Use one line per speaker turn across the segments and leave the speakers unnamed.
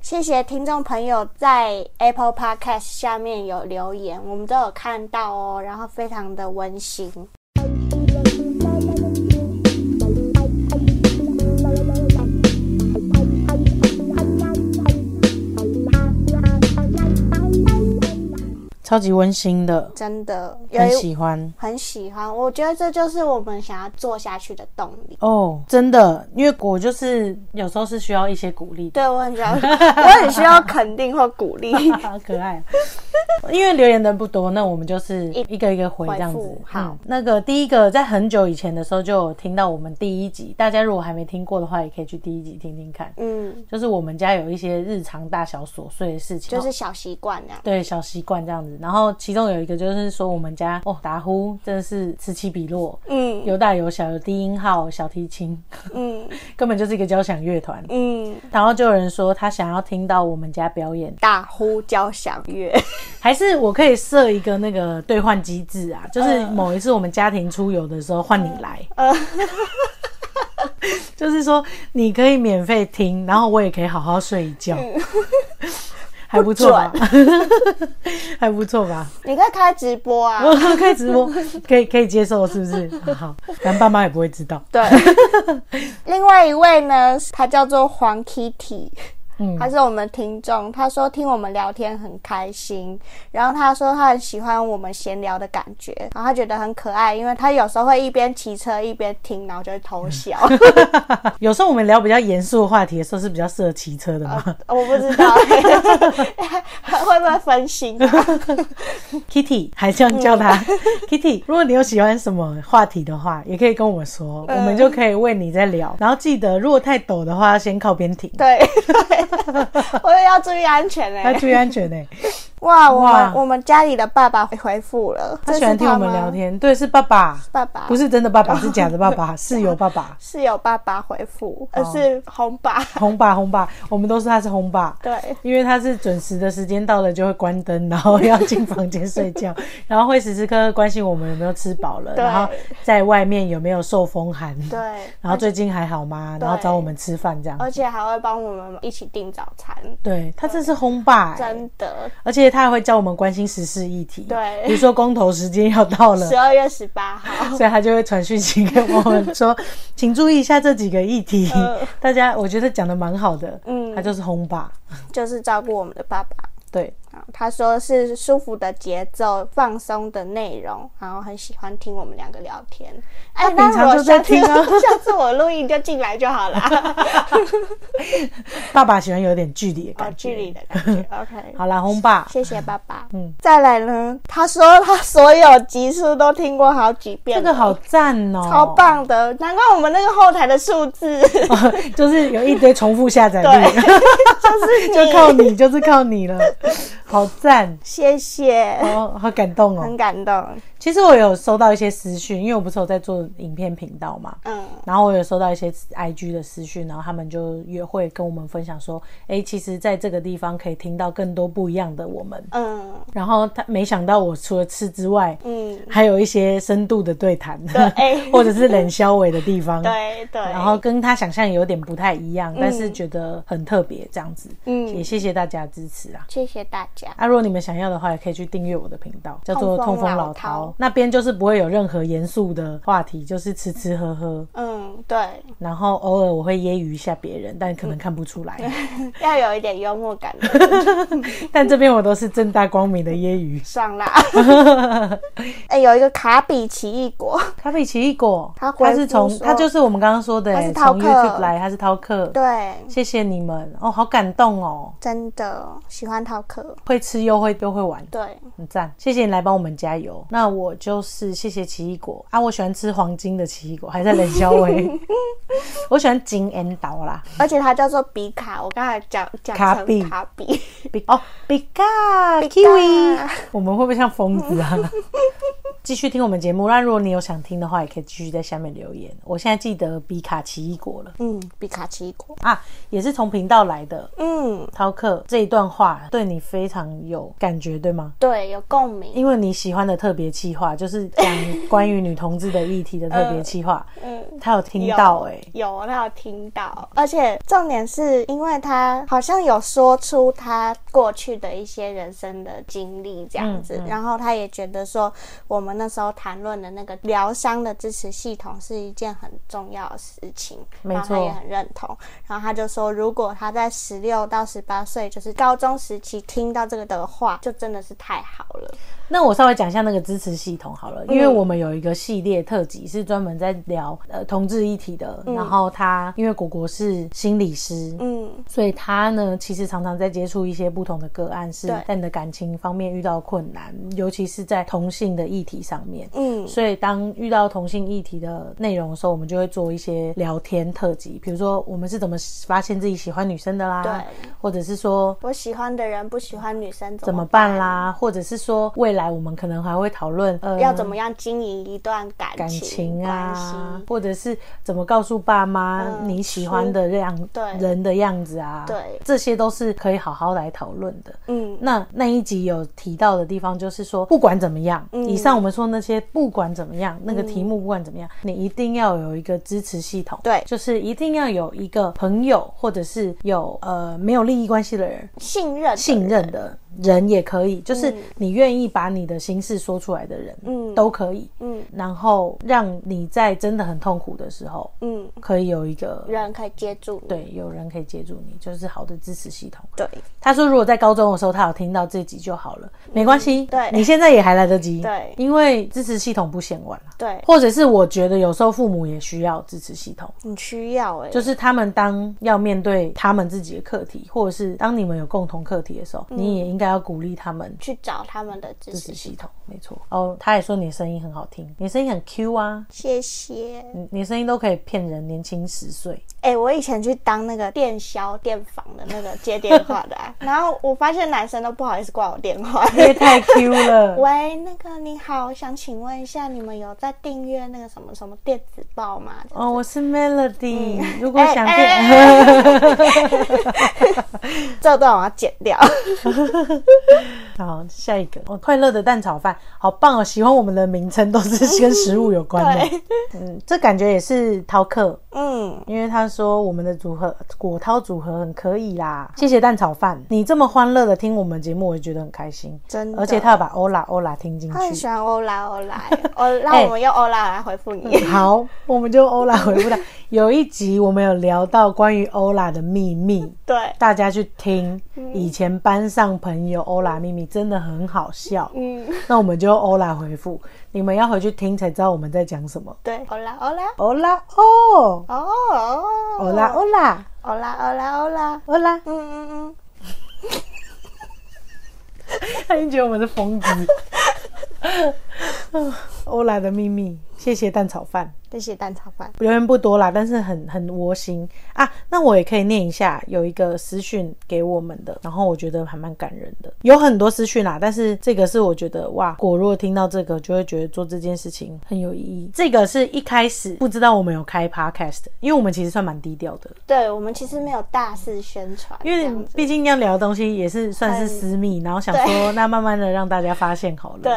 谢谢听众朋友在 Apple Podcast 下面有留言，我们都有看到哦，然后非常的温馨。
超级温馨的，
真的有
很
一
喜欢
很喜欢，我觉得这就是我们想要做下去的动力。
哦，真的，因为我就是有时候是需要一些鼓励的。
对我很 喜欢，我很需要肯定或鼓励。
好可爱 啊、因为留言的人不多，那我们就是
一
一个一个回这样
回
子
复。好
嗯那个第一个在很久以前的时候就有听到我们第一集，大家如果还没听过的话，也可以去第一集听听看。
嗯，
就是我们家有一些日常大小琐碎的事情，哦
就是小习惯啊那样。
对小习惯这样子。然后其中有一个就是说我们家哦打呼真的是此起彼落，
嗯
有大有小，有低音号、小提琴，
嗯
根本就是一个交响乐团。
嗯，
然后就有人说他想要听到我们家表演
大呼交响乐。
还是我可以设一个那个兑换机制啊，就是某一次我们家庭出游的时候换你来， 就是说你可以免费听，然后我也可以好好睡一觉，还不错吧？ 还不错吧？
你可以开直播啊。
我可以直播，可以可以接受，是不是？好好，咱爸妈也不会知道。
对，另外一位呢，他叫做黄 Kitty，
嗯
他是我们听众。他说听我们聊天很开心，然后他说他很喜欢我们闲聊的感觉，然后他觉得很可爱，因为他有时候会一边骑车一边听，然后就会偷 笑。
有时候我们聊比较严肃的话题的时候，是比较适合骑车的嘛。
我不知道 会不会分心、 啊。
Kitty，还这样叫
嗯
他、Kitty。如果你有喜欢什么话题的话，也可以跟我说，
嗯
我们就可以为你在聊。然后记得，如果太陡的话，先靠边停，
对，对我也要注意安全哎、
要注意安全呢、欸
哇，我
哇
们我们家里的爸爸回回复了，
他
这
喜
是
欢听我们
吗
聊。天，对，是爸爸，
爸爸
不是真的 爸爸，是假的爸爸，室友爸爸，
是有爸爸回复，
哦
而是红 爸。
红爸红爸，我们都说他是红爸。
对，
因为他是准时的时间到了就会关灯，然后要进房间睡 觉，然后会时时刻刻关心我们有没有吃饱了，
对
然后在外面有没有受风寒，
对，
然后最近还好吗？然后找我们吃饭这样。
而且还会帮我们一起订早餐，
对他真是轰霸、欸，
真的。
而且他还会教我们关心时事议题，
对啊
比如说公投时间要到了
十。二月十八 号，
所以他就会传讯息给我们 说，请注意一下这几个议题。
嗯
大家我觉得讲的蛮好的，
嗯
他就是轰霸，
就是照顾我们的爸爸。
对，
啊他说是舒服的节奏，放松的内容，然后很喜欢听我们两个聊天。哎，那
平常
我
就在
下次
听啊
下次我录音就进来就 好啦。
爸爸喜欢有点距离的
哦，
感觉。
距离的感觉。OK，
好啦，轰霸，
谢谢爸爸。
嗯，
再来呢，他说他所有集数都听过好几遍
这
了，
个好赞哦、
超，棒的，难怪我们那个后台的数字，
就是有一堆重复下载率，
对， 就是
就
你，
靠你，就是靠你了，好赞，
谢谢，
哦，好感动哦、
很感动，
其实我有收到一些私讯，因为我不是有在做影片频道嘛，
嗯，
然后我有收到一些 IG 的私讯，然后他们就约会跟我们分享说，诶，其实在这个地方可以听到更多不一样的我们。
嗯
然后他没想到我除了吃之外，
嗯，
还有一些深度的对谈，
诶
或者是冷消尾的地方。
对对，
然后跟他想象有点不太一样，但是觉得很特别这样子，也
嗯，
谢谢大家的支持啊！
谢谢大家，
啊，如果你们想要的话，也可以去订阅我的频道，叫做“
痛
痛
风
风
老
老
饕
饕”，那边就是不会有任何严肃的话题，就是吃吃喝喝，
嗯，对，
然后偶尔我会揶揄一下别人，但可能看不出来。
要有一点幽默感 的
但这边我都是正大光明的揶揄。
上 啦，哎，有一个卡比奇异果，
咖啡奇异果，
他回复
他是从
说
他就是我们刚刚说的，
他是饕
从
客
YouTube 来，他是饕客。
对，
谢谢你们哦，好感动哦，
真的喜欢套壳，
会吃又会又会玩。
对，
很赞，谢谢你来帮我们加油。那我就是谢谢奇异果啊，我喜欢吃黄金的奇异果，还在冷笑味。我喜欢金 N 岛啦，
而且它叫做比卡，我刚才讲讲
卡
成
比
卡比，
比哦比卡
比卡
kiwi，我们会不会像疯子啊？继续听我们节目。那如果你有想听的话，也可以继续在下面留言。我现在记得比卡奇异果了
嗯，比卡奇异果，
啊，也是从频道来的。
嗯，
涛克这一段话对你非常有感觉，对吗？
对，有共鸣，
因为你喜欢的特别企划就是讲关于女同志的议题的特别企划，
嗯。
他有听到哎、
有，他有听到，而且重点是因为他好像有说出他过去的一些人生的经历这样
嗯
子，然后他也觉得说我们那时候谈论的那个疗伤的支持系统是一件很重要的事情，
没
然后他
错
也很认同，然后他就说如果他在十六到十八岁，就是高中时期听到这个的话，就真的是太好了，
那我稍微讲一下那个支持系统好了，
嗯
因为我们有一个系列特辑是专门在聊呃同志议题的，然后他因为果果是心理师，
嗯
所以他呢，其实常常在接触一些不同的个案，是
对
在你的感情方面遇到困难，尤其是在同性的议题上面。
嗯
所以，当遇到同性议题的内容的时候，我们就会做一些聊天特辑，比如说我们是怎么发现自己喜欢女生的啦，
对
或者是说
我喜欢的人不喜欢女生
怎
怎
么
么
办？啦，或者是说未来我们可能还会讨论呃
要怎么样经营一段感
感情
关
啊
系，？
或者是怎么告诉爸妈
嗯
你喜欢的样、
对
人的样子啊，
对
这些都是可以好好来讨论的。
嗯，
那那一集有提到的地方，就是说不管怎么样，
嗯
以上我们说那些不管怎么样，那个题目不管怎么样，你一定要有一个支持系统，
嗯对
就是一定要有一个朋友或者是有呃没有利益关系的人，
信任的
信任的人也可以，就是你愿意把你的心事说出来的人，
嗯
都可以，
嗯
然后让你在真的很痛苦的时候，
嗯，
可以有一个
人可以接住你。
对有人可以接住你，就是好的支持系统。
对
他说，如果在高中的时候他有听到这集就好了，没关系，
嗯对
你现在也还来得及，
对
因为支持系统不嫌晚啊，
对，
或者是我觉得有时候父母也需要支持系统。
很需要哎、
就是他们当要面对他们自己的课题，或者是当你们有共同课题的时
嗯
候，你也应该要鼓励他们
去找他们的支
支
持
持系
系
统。没错。哦，他也说你的声音很好听，你的声音很 Q 啊，
谢谢。
你你的声音都可以骗人，年轻 十岁。
哎、我以前去当那个电销电访的那个接电话的、啊， 然后我发现男生都不好意思挂我电话。
因为太 Q 了。
喂，那个你好，我想请问一下，你们有在订阅那个什么什么电子报吗？
哦，我是 Melody，、如果
哎
想
哎
骗，
这段我要剪掉。
好，下一个哦，快乐的蛋炒饭，好棒哦！喜欢我们的名称都是跟食物有 关的， 嗯，这感觉也是饕客
嗯，
因为他说我们的组合果涛组合很可以啦，谢谢蛋炒饭，你这么欢乐的听我们节目，我也觉得很开心。
真的。
而且他要把欧拉欧拉听进
他很
去
喜，欢欧拉欧拉 欸，欧拉我们用欧拉来回复你。
好，我们就欧拉回复他。有一集我们有聊到关于欧拉的秘密，
对，
大家去听。以前班上朋友欧拉秘密真的很好笑，
嗯，
那我们就欧拉回复，你们要回去听才知道我们在讲什么。
对，欧拉欧拉
欧拉哦，
哦哦，
欧拉欧拉
欧拉欧拉欧拉，
欧拉，
嗯嗯嗯，
他已经觉得我们是疯子。 欧拉的秘密，谢谢蛋炒饭，
谢谢蛋炒饭。
留言不多啦，但是很很窝心啊。那我也可以念一下，有一个私讯给我们的，然后我觉得还蛮感人的。有很多私讯啦，但是这个是我觉得哇，果若听到这个，就会觉得做这件事情很有意义。这个是一开始不知道我们有开 podcast，因为我们其实算蛮低调的，
对我们其实没有大肆宣传，
因
这
为
样子
毕竟要聊的东西也是算是
很
私密，然后想
对
说那慢慢的让大家发现好了。
对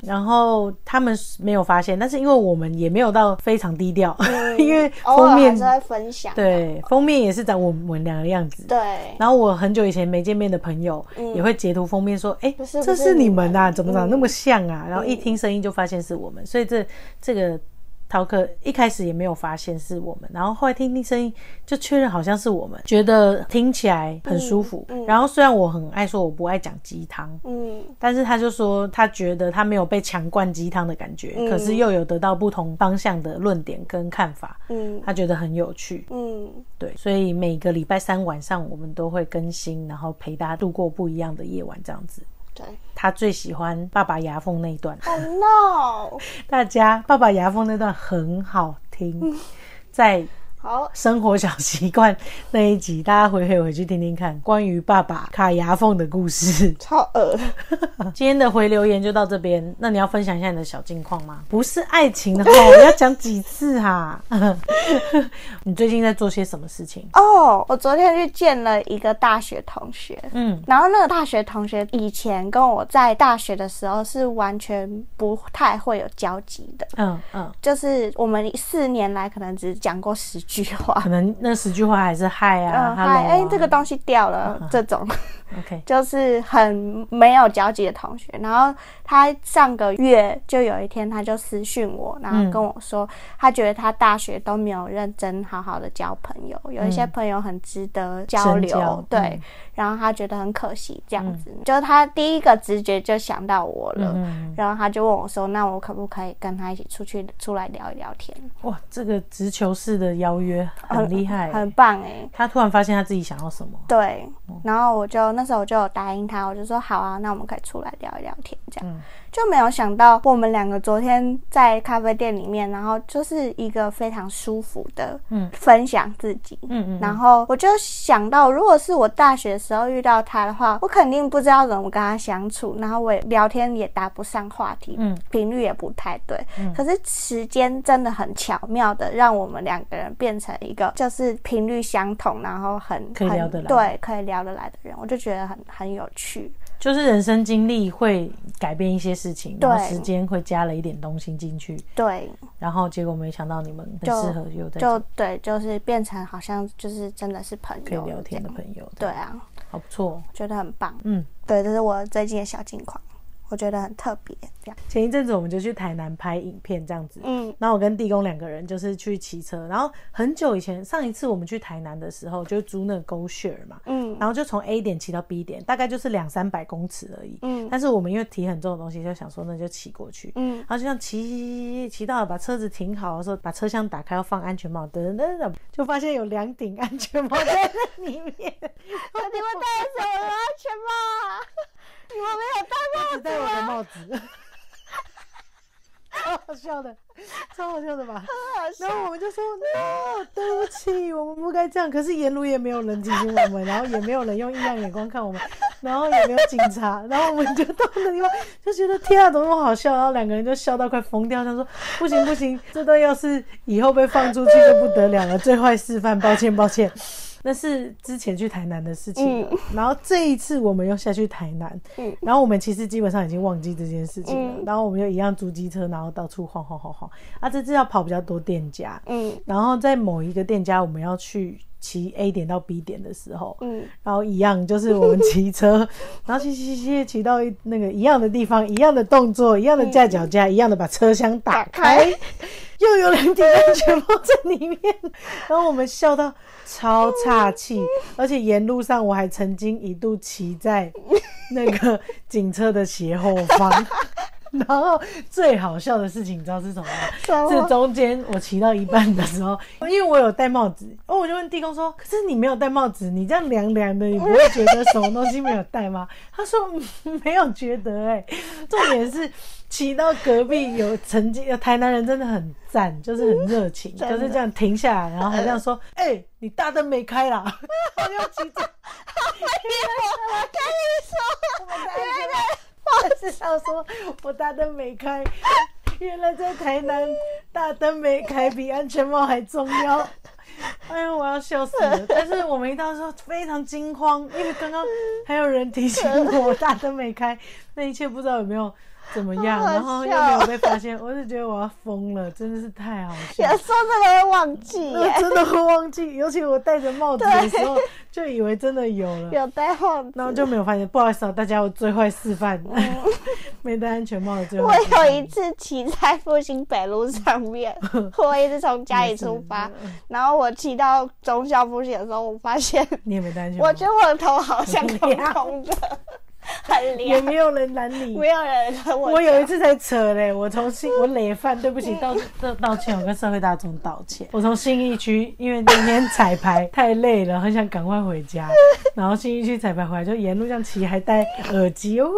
然后他们没有发现，但是因为我们也没有到非常低调， 因为
嗯偶
封
尔还
面
是会分享啊。
对封面也是长我们两个样子。
对，
然后我很久以前没见面的朋友也会截图封面说：“哎、
这是嗯不
这
是
是你
你
们
们嗯
呐、怎么长那么像啊？”然后一听声音就发现是我们，所以这这个逃课一开始也没有发现是我们，然后后来听听声音就确认好像是我们，觉得听起来很舒服。然后虽然我很爱说我不爱讲鸡汤，
嗯
但是他就说，他觉得他没有被强灌鸡汤的感觉，
嗯
可是又有得到不同方向的论点跟看法，
嗯
他觉得很有趣。
嗯，
对，所以每个礼拜三晚上我们都会更新，然后陪大家度过不一样的夜晚，这样子。
对。
他最喜欢爸爸牙缝那一段，
Oh no！
大家爸爸牙缝那段很好听，在
好，
生活小习惯那一集，大家回回回去听听看，关于爸爸卡牙缝的故事。
超恶。
今天的回留言就到这边，那你要分享一下你的小近况吗？不是爱情的话，我要讲几次哈、啊？ 你最近在做些什么事情？
哦我昨天去见了一个大学同学，
嗯，
然后那个大学同学以前跟我在大学的时候是完全不太会有交集的，
嗯嗯，
就是我们四年来可能只讲过十句话，
可能那十句话还是嗨啊
嗯，
，hello
嗨，
啊
哎、这个东西掉了，这种
OK，
就是很没有交集的同学。然后他上个月就有一天，他就私讯我，然后跟我说，他觉得他大学都没有认真好好的交朋友，有一些朋友很值得交流，
嗯深交
对。
嗯
然后他觉得很可惜，这样子，就是他第一个直觉就想到我了。
嗯，
然后他就问我说：“那我可不可以跟他一起出去出来聊一聊天？
哇，这个直球式的邀约很厉害、欸
很棒哎、
他突然发现他自己想要什么，
对，
哦
然后我就那时候我就有答应他，我就说好啊，那我们可以出来聊一聊天，这样、
嗯
就没有想到我们两个昨天在咖啡店里面，然后就是一个非常舒服的
嗯
分享自己。
嗯嗯，
然后我就想到，如果是我大学的时候遇到他的话，我肯定不知道怎么跟他相处，然后我也聊天也搭不上话题，
嗯
频率也不太对。可是时间真的很巧妙的，让我们两个人变成一个就是频率相同，然后很
可以
很
聊得来
对，可以聊得来的人，我就觉得很很有趣。
就是人生经历会改变一些事情，
对
然后时间会加了一点东西进去，
对，
然后结果没想到你们很
就
适合又在
就对，就是变成好像就是真的是朋友
可以聊天的
这样
朋友，
对，啊，
好不错哦。
觉得很棒。
嗯，
对，这是我最近的小近况，我觉得很特别。这样，
前一阵子我们就去台南拍影片这样子，
嗯
然后我跟地公两个人就是去骑车，然后很久以前上一次我们去台南的时候就租那个 Go Share 嘛，
嗯
然后就从 A 点骑到 B 点，大概就是两三百公尺而已。
嗯
但是我们因为提很重的东西，就想说那就骑过去。
嗯
然后就像骑骑到了把车子停好的时候，把车厢打开要放安全帽，等等等，就发现有两顶安全帽在那里面，
那你们戴什么安全帽啊？你们没有戴帽啊
只戴我的帽子，超好笑的，超好笑的吧？
子
然后我们就说 no，对不起，我们不该这样。可是沿路也没有人提醒我们，然后也没有人用异样眼光看我们，然后也没有警察，然后我们就到那地方就觉得天啊，怎么那么好笑？然后两个人就笑到快疯掉，想说不行不行， 这段要是以后被放出去就不得了了，最坏示范，抱歉抱歉。那是之前去台南的事情了，然后这一次我们又下去台南，
嗯
然后我们其实基本上已经忘记这件事情了，
嗯
然后我们就一样租机车，然后到处晃晃晃晃。啊，这次要跑比较多店家，
嗯
然后在某一个店家我们要去骑 A 点到 B 点的时候，
嗯
然后一样就是我们骑车，然后骑骑骑骑到一那个一样的地方，一样的动作，一样的架脚架，一样的把车厢打开，又有人顶安全帽在里面，然后我们笑到超岔气，而且沿路上我还曾经一度骑在那个警车的斜后方。然后最好笑的事情，你知道是什么吗？
什么
是中间我骑到一半的时候，因为我有戴帽子，哦，我就问地公说：“可是你没有戴帽子，你这样凉凉的，你不会觉得什么东西没有戴吗？” 他说：“嗯没有觉得、欸， 哎，重点是骑到隔壁有曾经有台南人真的很赞，就是很热情，
真的
就是这样停下来，然后还这 样说：‘哎、你大灯没开啦！’ 我就骑着
啊我跟你说，原来
但是他说我大灯没开，原来在台南大灯没开比安全帽还重要。哎呦，我要笑死了！但是我们一到的时候非常惊慌，因为刚刚还有人提醒我大灯没开，那一切不知道有没有怎么样，
好好
然后又
笑
没有被发现，我就觉得我要疯了，真的是太好笑
有
了。
时候真的会忘 记
我
耶，
真的会忘记，尤其我戴着帽子的时候，就以为真的有了。
有戴帽子。
然后就没有发现，不好意思、啊，大家我最坏示范， 没戴安全帽的最
哦 我
坏示范。
有一次骑在复兴北路上 面，我也是从家里出发，然后我骑到中校复兴的时候，我发 现
你也没戴安全帽，
我觉得我的头好像空空的，很
也
凉，
没有人拦你。
没有人跟我。
我有一次在扯嘞，我从新我累犯，对不起，
嗯
道道道歉，我跟社会大众道歉。我从信义区，因为今天彩排太累了，很想赶快回哦家，然后信义区彩排回来就沿路这样骑，还戴耳机，呜呼，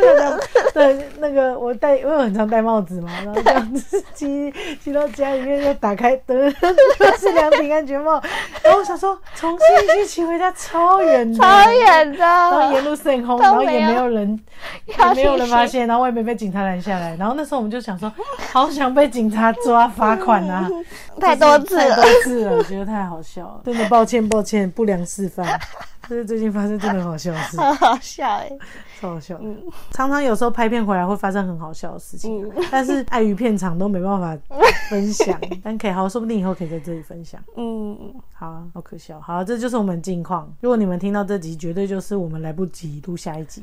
这样对，那个我戴，因为我很常戴帽子嘛，然后这样子骑骑到家里面就打开，噔， 就是凉亭安全帽。然后我想说，从新一区骑回家超远的，
超远的，
然后沿路顺风，
都
然后
没
也
有
没有人，也没有人发现，然后我也没被警察拦下来。然后那时候我们就想说， 好想被警察抓罚款啊，
太多次
太
了
多。次了，我觉得太好笑了，真的抱歉抱歉，不良示范。 这是最近发生真的很好笑的事，
很好笑哎，
超好笑的。
嗯
常常有时候拍片回来会发生很好笑的事情啊，但是碍于片场都没 办法分享。但可以好，说不定以后可以在这里分享。
嗯，
好啊，好可笑。好、这就是我们近况。如果你们听到这集，绝对就是我们来不及录下一集，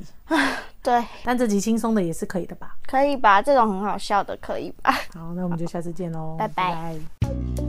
对，
但这集轻松的也是可以的吧。
可以吧？这种很好笑的，可以吧？
好，那我们就下次见喽，
拜拜
拜